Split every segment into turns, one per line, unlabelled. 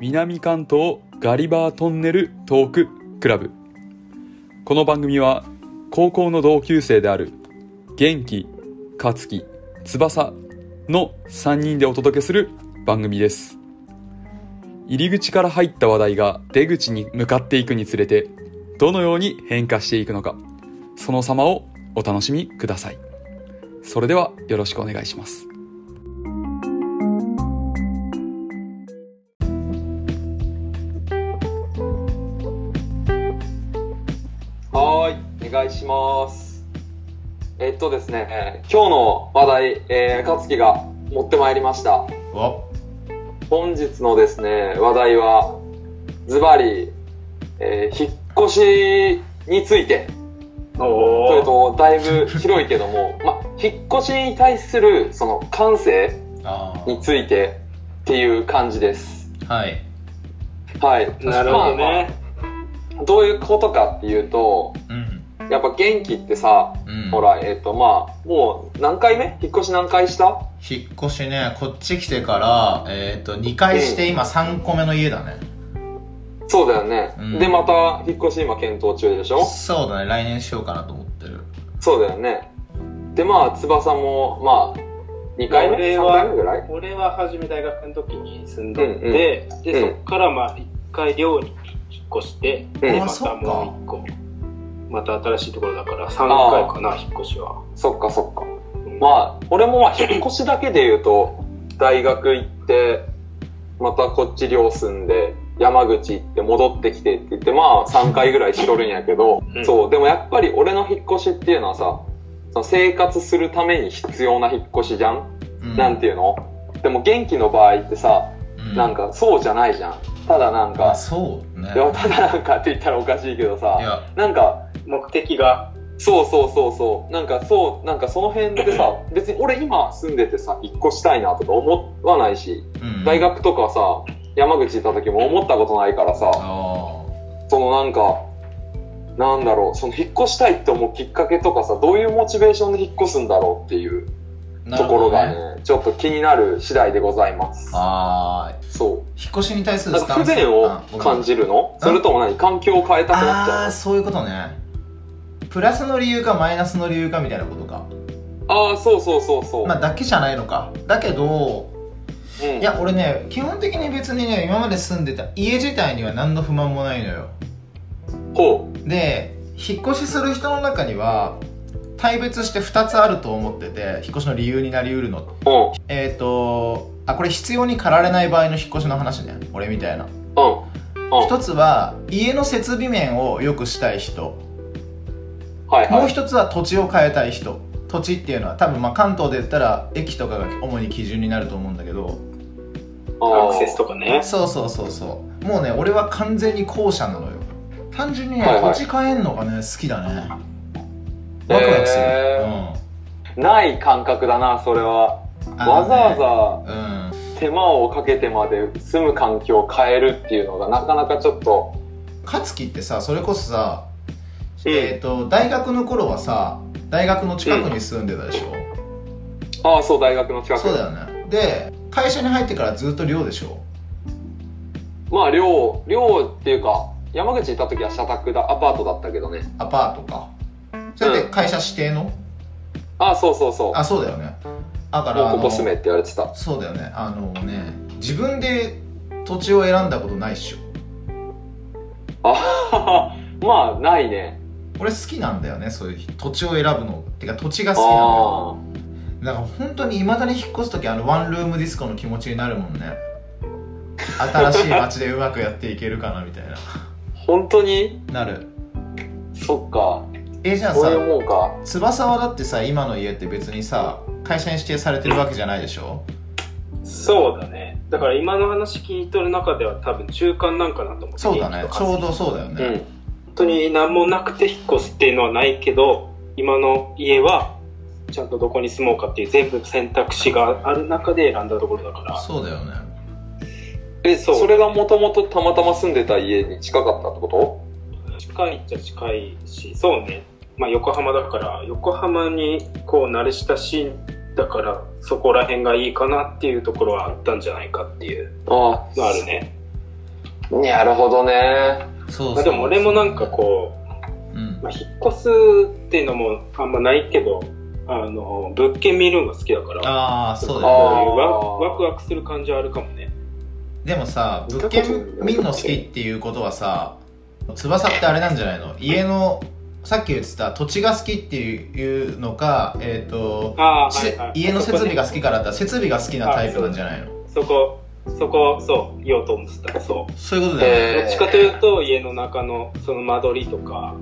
南関東ガリバートンネルトーククラブこの番組は高校の同級生である元気勝樹翼の3人でお届けする番組です入り口から入った話題が出口に向かっていくにつれてどのように変化していくのかその様をお楽しみくださいそれではよろしくお願いします
はーい、お願いします。えっとですね、今日の話題、えー、勝樹が持ってまいりました。
お
本日のですね、話題は、ズバリ、えー、引っ越しについて、というと、だいぶ広いけども、 ま、引っ越しに対する、その、感性
あ
についてっていう感じです。
ーはい
はい。
なるほどね。
まあどういうことかっていうと、
うん
やっぱ元気ってさ、
うん
ほら、えっ、と、まあ、もう何回目引っ越し何回した
引っ越しねこっち来てからえっ、と2回して今3個目の家だね
そうだよね、
うん
で、また引っ越し今検討中でしょ
そうだね来年しようかなと思ってる
そうだよね。で、まあ、翼も、まあ、2回目
俺
?3
は
回目ぐらい
俺は初め大学の時に住んでて、
うん
でそっからまあ一回寮に引っ越して、
うん
で
あ
ま
そ
た
っか
もう一個また新しいところだから3回かな引っ越しは、
そっかそっか。
うん
まあ、俺もまあ、引っ越しだけで言うと、大学行って、またこっち寮住んで、山口行って戻ってきてって言って、まあ、3回ぐらいしとるんやけど、
うん
そう、でもやっぱり俺の引っ越しっていうのはさ、その生活するために必要な引っ越しじゃん
うん
なんていうのでも元気の場合ってさ、
うん
なんかそうじゃないじゃん。ただなん
あ
か、
そうね
いやただなんかって言ったらおかしいけど
い
さ、
や
なんか、
目的が
そうそうそうそう、なんかそう、なんかその辺でさ、別に俺今住んでてさ、引っ越したいなとか思わないし、
うん
大学とかさ、山口行った時も思ったことないからさ、
あ
そのなんか、なんだろう、その引っ越したいって思うきっかけとかさ、どういうモチベーションで引っ越すんだろうっていう
ーな
と
る
こ
ほ
ろ
ど
が
ね
ね、ちょっと気になる次第でございます。
あー
そう。
引っ越しに対する
なん
ス
か
タ
不
ンス
便を
あごめん
感じるの
ん
それとも何環境を変えたくなっち
あ
ゃ
あ
う
そういうことねプラスの理由かマイナスの理由かみたいなことか
ああーそうそうそうそう、
まあだけじゃないのかだけど
うん、
いや俺ね基本的に別にね今まで住んでた家自体には何の不満もないのよ
ほう
で引っ越しする人の中には大別して2つあると思ってて引っ越しの理由になりうるの
うん
えっ、ー、とあこれ必要に駆られない場合の引っ越しの話ね俺みたいな
うん
一つは家の設備面を良くしたい人
はい
も
は
う
い
一つは土地を変えたい人土地っていうのは多分まあ関東で言ったら駅とかが主に基準になると思うんだけど
アクセスと
か
かね
そうそうそうそうもうね俺は完全に後者なのよ単純にね、
はいはい
土地変えんのがね好きだねワクワクする、
へない感覚だなそれは
うんあのね
わざわ
うん
ざ手間をかけてまで住む環境を変えるっていうのがなかなかちょっと
勝樹ってさそれこそさ、
うん
えっ、と大学の頃はさ大学の近くに住んでたでしょ、
ああそう大学の近く
そうだよねで会社に入ってからずっと寮でしょ
まあ寮寮っていうか山口行った時は社宅だアパートだったけどね
アパートかそれで会社指定の、
ああそうそうそう
あそうだよねだから
もうここ
あの
住めって言われてた
そうだよねあのね自分で土地を選んだことないっしょ
あまあないね
俺好きなんだよねそういう土地を選ぶのてか土地が
あ
好きなんだ
あ
よなんか本当にいまだに引っ越す時あのワンルームディスコの気持ちになるもんね新しい街でうまくやっていけるかなみたいな
本当に
なる
そっか
えじゃあ
そう
さ
思うか
翼はだってさ今の家って別にさ会社に指定されてるわけじゃないでしょ
そうだねだから今の話聞いとる中では多分中間なんかなと思って
そうだねちょうどそうだよ
う
ね、
ん
本当に何もなくて引っ越すっていうのはないけど今の家はちゃんとどこに住もうかっていう全部選択肢がある中で選んだところだから
そうだよね
え
そう
それがもともとたまたま住んでた家に近かったってこ
近いっちゃ近いしそうね、まあ、横浜だから横浜にこう慣れ親しんだからそこら辺がいいかなっていうところはあったんじゃないかっていう
とあ
のはあるね
なるほどね。
そう
まあ、でも俺もなんかこ
う、うん
う、、まあ、引っ越すっていうのもあんまないけどあの物件見るのが好きだから
ああそうだ
あ
よ
ー
ね
そういうワワクワクする感じはあるかもね
でもさ物件見んの好きっていうことはさ翼ってあれなんじゃないの家のさっき言ってた土地が好きっていうのかえっ、と、
ああは
せ
い、はい、
家の設備が好
き
きからだったら設備が好きなタイプなんじゃないの
そこそこそう言おうと思ってたそう
そういうことだよね、
えー
どっちかというと家の中のその間取りとか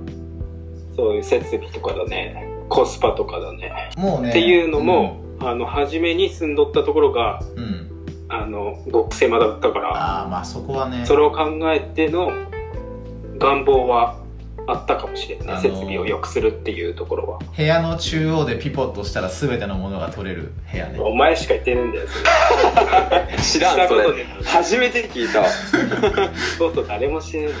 そういう設備とかだねコスパとかだね
もうね
っていうのも、あの初めに住んどったところが
うん、うん
あの極狭だったから
ああまあそこはね
それを考えての願望はあったかもしれない、
あのー
設備を良くするっていうところは
部屋の中央でピポッとしたら全てのものが取れる部屋ね
お前しか言ってるんだよ
知
そ
らん、そ
こと
れ。
ね
初めて聞いたわ。
そうと誰も知らない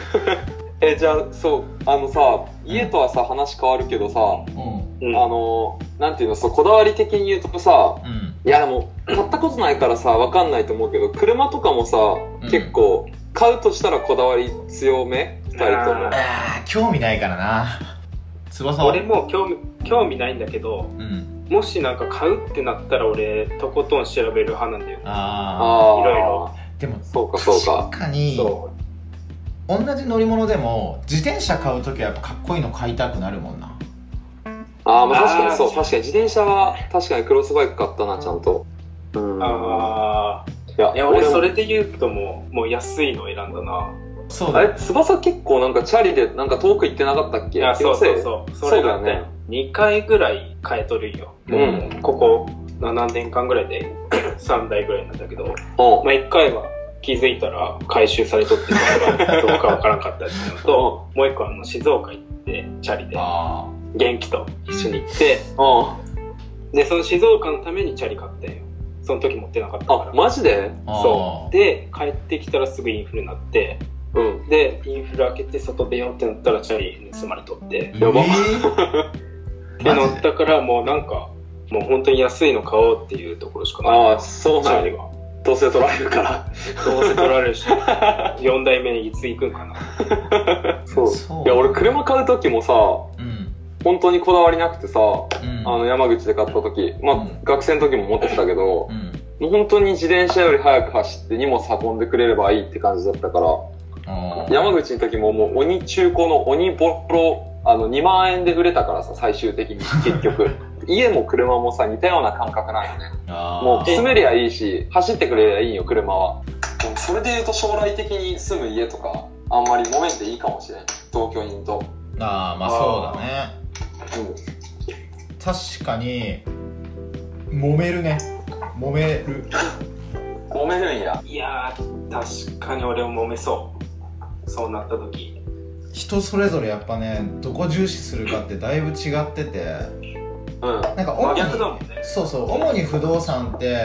え、じゃあ、そう、あのさ、家とはさ、話変わるけどさ、
うん
うん
あの、なんていうの、そう、こだわり的に言うとさ、
うん
いやでも、買ったことないからさ、わかんないと思うけど、車とかもさ、
うん
結構、買うとしたらこだわり強め二人とも
あ。
ああ興味ないからな翼は
俺も興味興味ないんだけど
うん
もしなんか買うってなったら俺とことん調べる派なんだよね
あ
ああ、
いろいろ
あで
い
も
そうか、そうか。
確かに
そう
同じ乗り物でも自転車買う時はやっぱかっこいいの買いたくなるもんな
ああ、まあ確かにそう、
あー
確かに自転車は、確かにクロスバイク買ったな、ちゃんと。うん。
ああ
いや、
いや俺
も
それで言うともうもう安いの選んだな
そう
あ
だ
れ、
よ
翼結構なんかチャリで、なんか遠く行ってなかったっ
い
け
やそうそう
う。
そう
そう
それが
そうだよ
ね
ね
2回ぐらい買えとるんよ
うん
もうここ7年間ぐらいで 3台ぐらいなんだけど
うん。
まあ、1回は気づいたら回収されとってたからどうかわからんかったっていうのともう1個あの静岡行ってチャリで
あ
元気と一緒に行って
う
でその静岡のためにチャリ買ったんよその時持ってなかった
ん。あ
か、ら
マジで
あ
そ
あ
うで帰ってきたらすぐインフルになって
うん。
でインフル開けて外出ようってなったらチャリ盗まれとって
やば
え ー
で
マ
乗
ジ
っ
で
たからもうなんかもう本当に安いの買おうっていうところしかない
ああ、そう
チ
な
ャ
ん
リ
や。
が
どうせ取られるから。
どうせ取られるし4代目いつ行くんかな
そう。
そう
いや、俺車買う時もさ、
うん
本当にこだわりなくてさ、
うん
あの山口で買った時、まあ、
うん
学生の時も持ってきたけど、
うん
もう本当に自転車より早く走って荷物運んでくれればいいって感じだったから、
あー
山口の時ももう鬼中古の鬼ボロ、あの2万円で売れたからさ、最終 的に結局。家も車もさ、似たような感覚なんよね。
あー
もう住めりゃいいし、走ってくれりゃいいよ、車は。でもそれで言うと将来的に住む家とか、あんまり揉めんでいいかもしれん。同居人と。
あーまあそうだね
う
確かに揉めるね揉める
ん。揉めるんや。
いやー確かに俺も揉めそうそうなった時
人それぞれやっぱねどこ重視するかってだいぶ違ってて
うん。
なんか主
真
に
逆だもんね
そうそう主に不動産って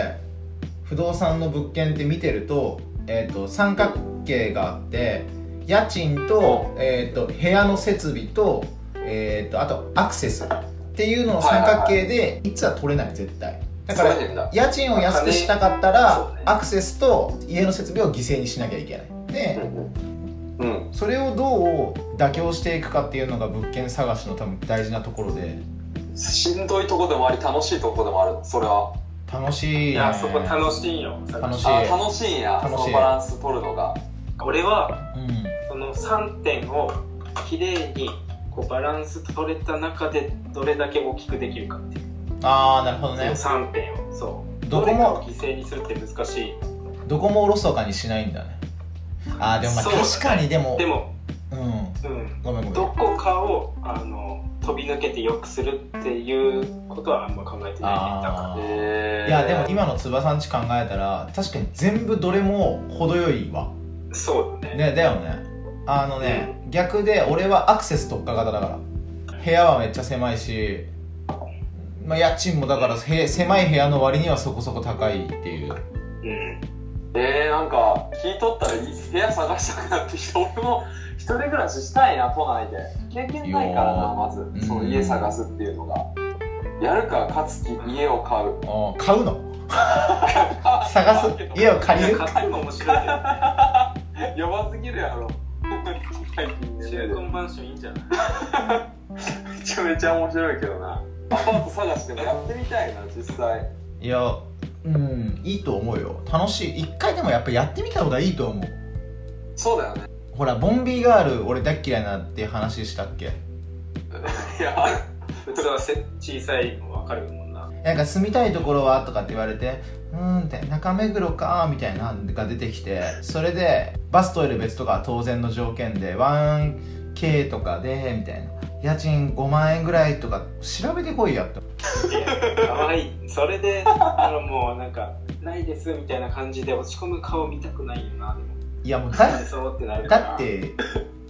不動産の物件って見てると,、えー、と三角形があって家賃と,、えー、と部屋の設備と,、えー、とあとアクセスっていうのの三角形でいつは取れない絶対だか
そう
ら
やねんな。
家賃を安くしたかった
そう
ら、
ね
アクセスと家の設備を犠牲にしなきゃいけないで
うん。
それをどう妥協していくかっていうのが物件探しの多分大事なところで
しんどいとこでもあり、楽しいとこでもあるの、それは。
楽しい、ね、
いやそこ楽しいんよ
楽しい
あ、楽しいんや。
楽しい
そのバランス取るのが。
俺は
うん
その3点を綺麗にこうバランス取れた中でどれだけ大きくできるかっていう、
ああなるほど
そ
ね
の3点をそう
どこ
れかを
も
犠牲にするって難しい
どこもおろそかにしないんだねああでもまあ
そうだね
確かにでも
でも
うん
うん
ごめんご
ど
めん
こかをあの飛び抜けて良くするっていうことはあんま考えてないねだか
あー
え
いやでも今のつばさんち考えたら確かに全部どれも程よいわ
らそうだね
ねだよねあのね、逆で俺はアクセス特化型だから部屋はめっちゃ狭いし、まあ、家賃もだからへ狭い部屋の割にはそこそこ高いっていう
うん
えー、なんか、聞いとったらいい部屋探したくなってきた。俺も一人暮らししたいな、都内で。経験ないから
いや
な、
ー
まず
ん。
その家探すっていうのが。やるか、勝つき、家を買う。
あー 買うの探す家を借りる
買っても面白いけど
やばすぎるやろ。最近ね、
中古マンションいいんじゃない
めちゃめちゃ面白いけどな。アパート探してもやってみたいな、実際。
いやうんいいと思うよ楽しい一回でもやっぱやってみた方がいいと思う
そうだよね。
ほらボンビーガール俺大っ嫌いなって話したっけ
い や、ある
普通はせ小さいの分かるもんな。
なんか住みたいところはとかって言われてうーんって中目黒かみたいなのが出てきてそれでバストイレ別とかは当然の条件で 1K とかでみたいな家賃5万円ぐらいとか調べてこいやって
いや、可愛い。それで、あのもうなんか、ないですみたいな感じで落ち込む顔見たくないよな。でも
いやもうだ
なんでそうってなるから
だっ。て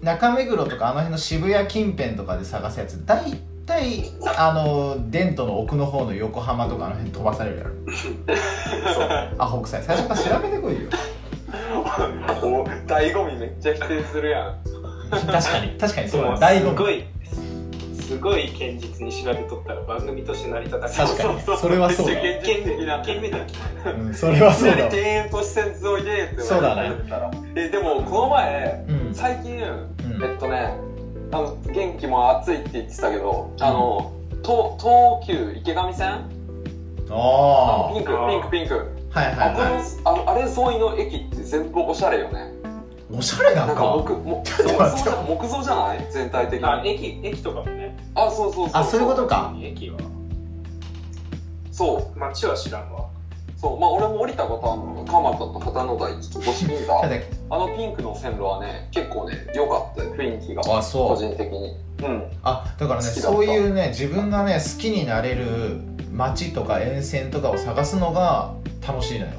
中目黒とかあの辺の渋谷近辺とかで探すやつ大体あのデントの奥の方の横浜とかあの辺飛ばされるやろ
そう
アホ臭い最初から調べてこいよ
お醍醐味めっちゃ否定するやん。
確かに確かにそう
そう
だ醍醐
すご
味
い、すごい堅実に調べとったら番組として成り立た
確かにそれはそうだ
めっ
一
ちゃ現実
軒
的
目
な
一。軒目だけ
うんそれはそうだわ
田園都市線沿いでって
そうだね
ねえでもこの前
うん
最近
うん
えっとねあの元気も暑いって言ってたけどあの東東急池上線
あ
ピンク
あー
ピンクピンク
あはい
あ
はい
こ
は
のああれ沿いの駅って全部おしゃれよね
いおしゃれな
なん
ん
か
か
木も
ちょっと待って
木造じゃ木造じゃない全体的
あ
に
駅駅とかもね
あそうそうそう
あそういうことか
駅は
そう
街は知らんわ
そうまあ俺も降りたことあるのが蒲田と旗の台ちょっと越見た
ただ
あのピンクの線路はね結構ね良かったよ雰囲気が
あ
個
そう
人的にうん
あだからね
好きだった
そういうね自分がね好きになれる街とか沿線とかを探すのが楽しいのよ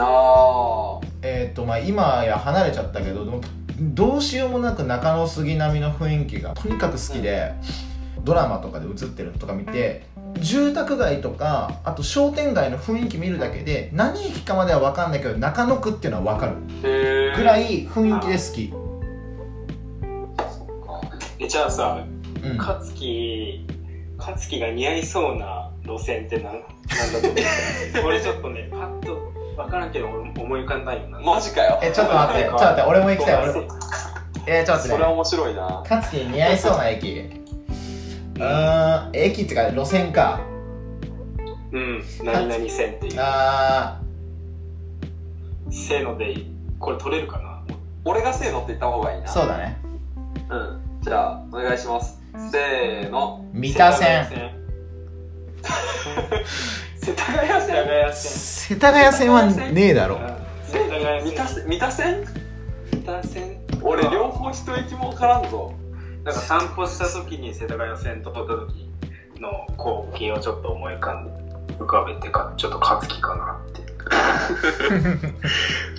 あ
えっ、とまあ今や離れちゃったけどでもどうしようもなく中野杉並の雰囲気がとにかく好きで、ドラマとかで映ってるのとか見て住宅街とかあと商店街の雰囲気見るだけで何駅かまでは分かんないけど中野区っていうのは分かる
ーへえ
くらい雰囲気で好き、
えじゃあさ
うん、
勝樹勝樹が似合いそうな路線ってなんなんだと思 う俺ちょっとねパッと分からんけど俺も思い浮かんないよな
マジかよ
えちょっと待ってちょっと待って俺も行きたい俺もえー、ちょっと
それ
待ってね
面白いな
かつきに似合いそうな駅うーん駅ってか路線か
うん何々線っていう
あ
せーのでいいこれ取れるかな
俺がせーのって言った方がいい
ー
な
そうだね
うんじゃあお願いしますせーの
三田線
世田谷
世田
線
谷線
世田谷線はねえだろ
世田谷
三田
線
線三田線
三田線
俺両方一駅もからんぞ
なんか散歩した時に世田谷線通った時の光景をちょっと思い浮かんで浮かべてかちょっと勝つ気かなって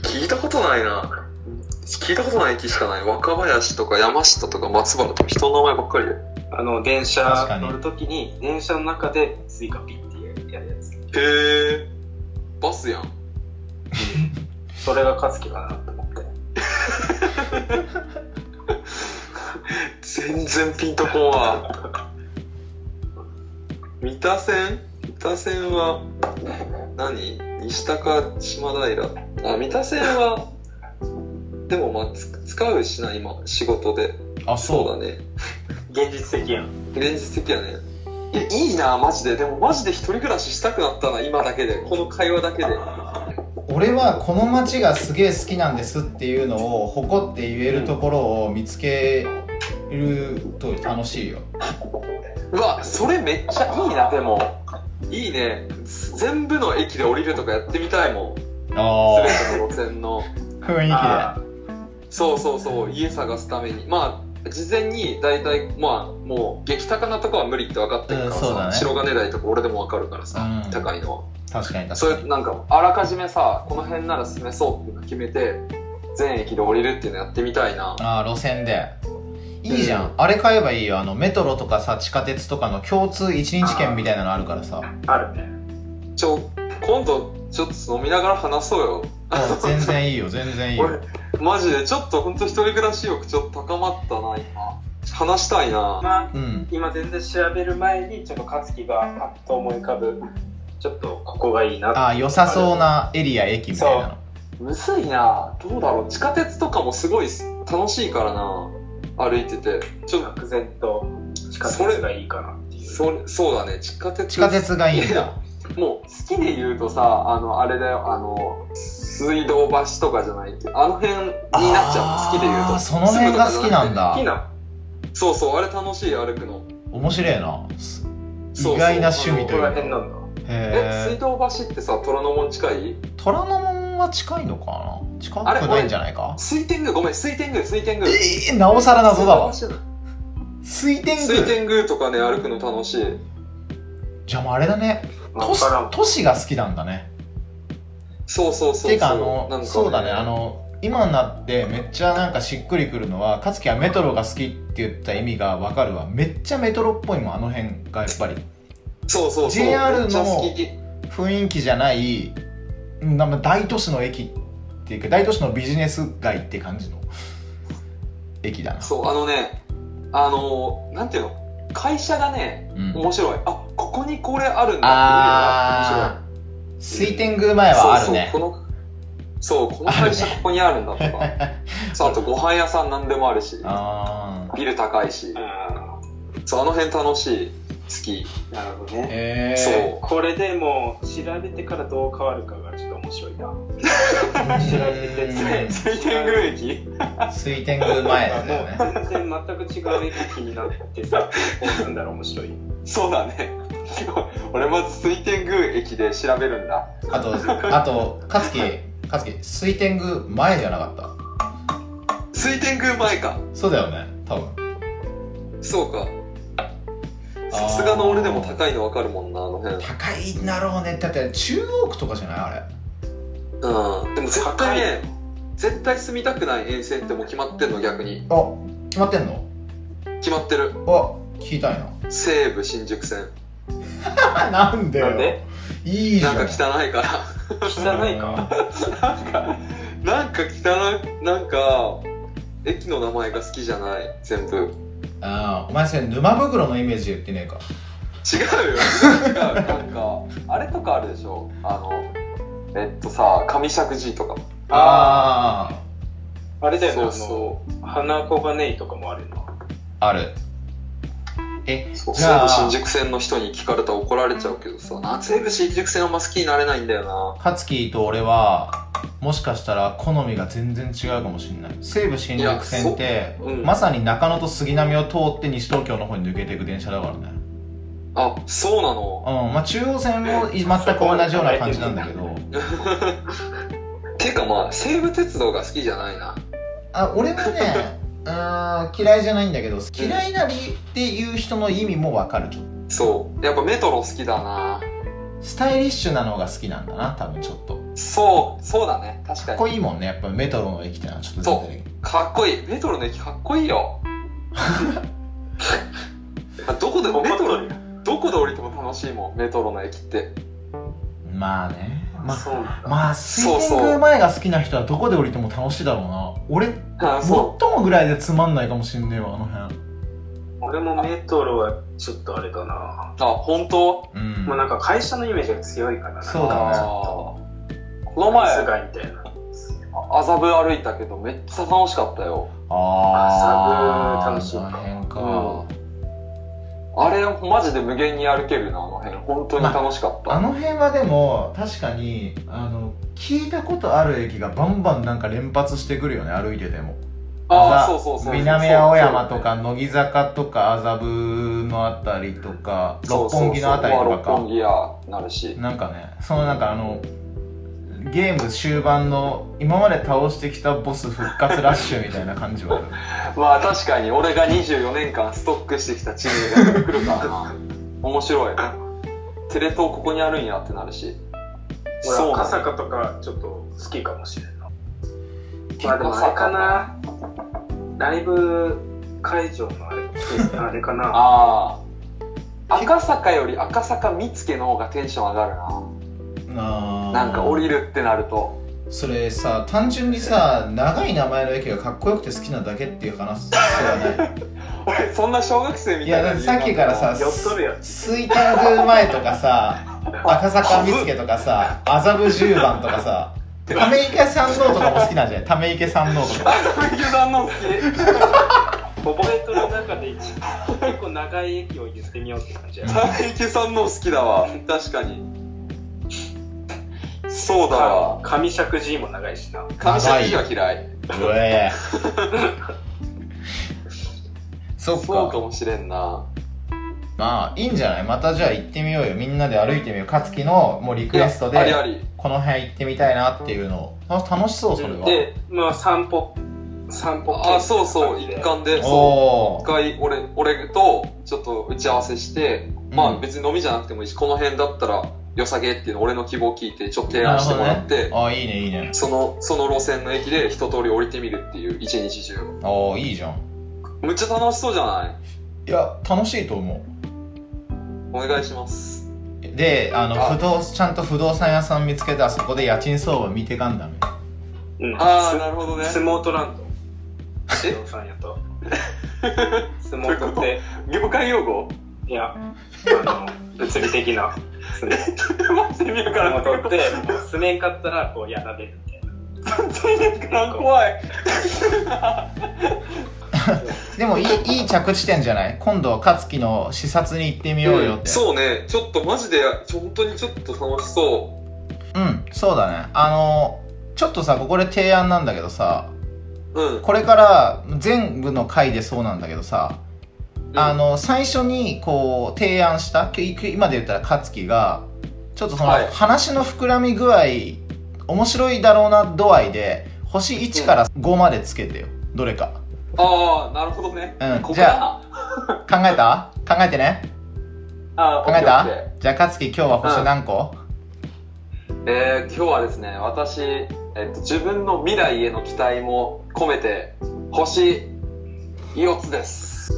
聞いたことないな聞いたことない駅しかない若林とか山下とか松原とか人の名前ばっかりで
あの電車
確かに
乗る時に電車の中でスイカピッてやるやつ
へえバスやん
それが勝つ気かなと思って
全然ピンとこんわ 三田線三田線は何西高島平あ三田線はでもまあつ使うしな今仕事で
あ
そうだね
現実的やん
現実的やねいやいいなマジででもマジで一人暮らししたくなったな今だけでこの会話だけで
俺はこの街がすげえ好きなんですっていうのを誇って言えるところを見つけると楽しいよ
うわそれめっちゃいいなでもいいね全部の駅で降りるとかやってみたいもん
あ
全ての路線の
雰囲
そうそうそう家探すためにまあ事前に大体まあもう激高なとこは無理って分かってるから
うんそうだ
さ
ね
白金台とか俺でも分かるからさ
うん
高いのは
気で確かに
そ
確か
れ
に
なんかあらかじめさこの辺なら進めそうっていうの決めて全駅で降りるっていうのやってみたいな
ああ路線でいいじゃん、あれ買えばいいよあのメトロとかさ地下鉄とかの共通一日券みたいなのあるからさ
あるね
ちょ今度ちょっと飲みながら話そうよ
うん全然いいよ全然いい よ
俺マジでちょっとほんと一人暮らし欲ちょっと高まったな今話したいな
まあ
うん
今全然調べる前にちょっと勝樹がパッと思い浮かぶちょっとここがいいな
ああ良さそうなエリア駅みたいなの
むずいなどうだろう地下鉄とかもすごい楽しいからな歩いててちょっ
漠然と地下鉄がいいかなってい
と
う
そそうだね地下鉄
地下鉄がいいんだ
もう好きで言うとさあのあれだよあの水道橋とかじゃないけどあの辺になっちゃうの好きで言う
あー
と
その辺が好きなん
すぐとかじゃくて
だ
好きな
そうそうあれ楽しい歩くの
面白いなす
そうそう
意外な趣味
こ
とい
こ
う
ら
か
辺なんだ
え水
へえ
道橋ってさ虎ノ門近い
虎ノ門は近いのかな近
あれ
くないんじゃないか
水天宮ごめん水天宮水天宮
えー、なおさら謎だわ
水道橋じゃない
水天
水
宮
天宮とかね歩くの楽しい
じゃあもうあれだね都市
わからん
都市が好きなんだね
そうそうそうそう
てかあの
なんか
そうだねあの今になってめっちゃなんかしっくりくるのは勝樹はメトロが好きって言った意味がわかるわめっちゃメトロっぽいもんあの辺がやっぱり
そうそうそう
JR の
めっちゃ好き
雰囲気じゃないなんか大都市の駅っていうか大都市のビジネス街って感じの駅だな
そうあのねあのなんていうの会社がね
うん
面白いあここにこれあるんだ
あ
っ
ー水天宮前
ていうのが面白い
はあるね
そうそうこのそうこの会社ここにあるんだとか、そうあとご飯屋さんなんでもあるし
ああ
ビル高いし
あ
そうあの辺楽しい好き
ーなるほどね
え
そう
ー、
これでもう調べてからどう変わるかがちょっと面白いな
ー
調べて
うん
水天宮駅
水天宮前だよね
全然全く違う駅気になってさこうなんだろう面白い
そうだね 俺まず水天宮駅で調べるんだ
あとあと勝樹勝樹水天宮前じゃなかった
水天宮前か
そうだよね多分
そうか
ー
さすがの俺でも高いの分かるもんなあの辺
高いんだろうねだって中央区とかじゃないあれ
うんでも絶対ね絶対住みたくない沿線ってもう決まってんの逆に
あ決まってんの
決まってる
あ聞いたいな
西武新宿線
なんでよ
なんで
いいじゃ
なんんか汚いから
汚いか
なんかなんか汚いなんか駅の名前が好きじゃない全部違うよ
あーお前それ沼袋のイメージで言ってねえか
違うなんかあれとかあるでしょあのえっとさ上尺寺とか
あ
あれだよね
そうそう
あの花子がねいとかもあるの
ああるえ
そう
じゃあ
西武新宿線の人に聞かれたら怒られちゃうけどさな西武新宿線あんま好きになれないんだよな
勝樹と俺はもしかしたら好みが全然違うかもしれない西武新宿線って、
いやそううん
まさに中野と杉並を通って西東京の方に抜けていく電車だからね
あそうなの
うんまあ中央線も全く同じような感じなんだけど
てかまあ西武鉄道が好きじゃないな
あ俺はねうーん嫌いじゃないんだけど嫌いなりっていう人の意味もわかるちょっと
そうやっぱメトロ好きだな
スタイリッシュなのが好きなんだな多分ちょっと
そうそうだね確
か
か
っ
に
こいいもんねやっぱメトロの駅ってのはちょっと全然
かっこいいメトロの駅かっこいい よあどこでもメトロどこで降りても楽しいもんメトロの駅って
まあねまあ
そうなんだ
まあ水天宮前が好きな人はどこで降りても楽しいだろうな俺
あ
も
そ
っともぐらいでつまんないかもしんねえわあの辺
俺もメトロはちょっとあれだな
うあ本当
うん
もうなんか会社のイメージが強いからな
そうだね
あーこの前
さすがみたいな
麻布歩いたけどめっちゃ楽しかったよ
ああ
サブ楽しいか
あの辺
う
か、
んあれマジで無限に歩けるなあの辺本当に楽しかった、
あの辺はでも確かにあの聞いたことある駅がバンバンなんか連発してくるよね歩いてても
ああ
ざ
そうそうそうそう
南青山とか乃木坂とか麻布のあたりとか六本木のあたりと
そう
か
そう
か
そうまあ六本木やなるし
なんかねそのなんかあのゲーム終盤の今まで倒してきたボス復活ラッシュみたいな感じはあ
まあ確かに俺が24年間ストックしてきたチームが来るからな面白いテレ東ここにあるんやってなるし
俺赤
だね
坂とかちょっと好きかもしれ んな
結
まあで
構
もあれか
坂あ
なライブ会場のあれあれかな
あ赤坂より赤坂見附の方がテンション上がる
るな
ななんか降りるってなる と
それさ単純にさ長い名前の駅がかっこよくて好きなだけっていう話ではない
俺そんな小学生みたい
いや
な
だってさっきからさ
寄っとるや
「水天宮前」とかさ「赤坂見附」とかさ「麻布十番」とかさため池山王とかも好きなんじゃないため池山王とか
池さんの好き
覚えとる中で一結構長い駅を言ってみようって感じやな
池さんの好きだわ確かにそうだわ
上尺 G も長いしな
上白石は嫌いう
えそっ
そう
か
かもしれんな
まあいいんじゃないまたじゃあ行ってみようよみんなで歩いてみよう勝樹のもうリクエスト
ありあ
で
り
この辺行ってみたいなっていうのをあ楽しそうそれは
でまあ散歩散歩
あそうそう一
回
貫でそう
お
一
ー
回俺俺とちょっと打ち合わせしてま
う
あ
ん
別に飲みじゃなくてもいいしこの辺だったら良さげっていうの俺の希望を聞いてちょっと提案してもらって
あいいねいいね
そのその路線の駅で一通り降りてみるっていう一日中
ああいいじゃん
むっちゃ楽しそうじゃない
いや楽しいと思う
お願いします
であの
あ
不動ちゃんと不動産屋さん見つけたらそこで家賃相場見てかんだめ
うん
ああなるほどね
相撲とランド
え
不動産やと 相撲とって
業界用語
いやあの物理的 な相撲
マジで見るか
相
ら
撲とってもう住めんかったらこうやられるみたいな
怖い
でもいいいい着地点じゃない今度は勝樹の視察に行ってみようよって、
そうねちょっとマジでちょ本当にちょっと楽しそ
うんそうだねあのちょっとさここで提案なんだけどさ
ううん
これから全部の回でそうなんだけどさ、あの最初にこう提案したき今で言ったら勝樹がちょっとその
はい
話の膨らみ具合面白いだろうな度合いで星1から5までつけてよどれか
ああなるほどね、
うん
ここ
じゃ
だ
考えた考えてね
あ
考えたじゃあ勝樹今日は星何個、
えー、今日はですね私、えっと、自分の未来への期待も込めて星4つです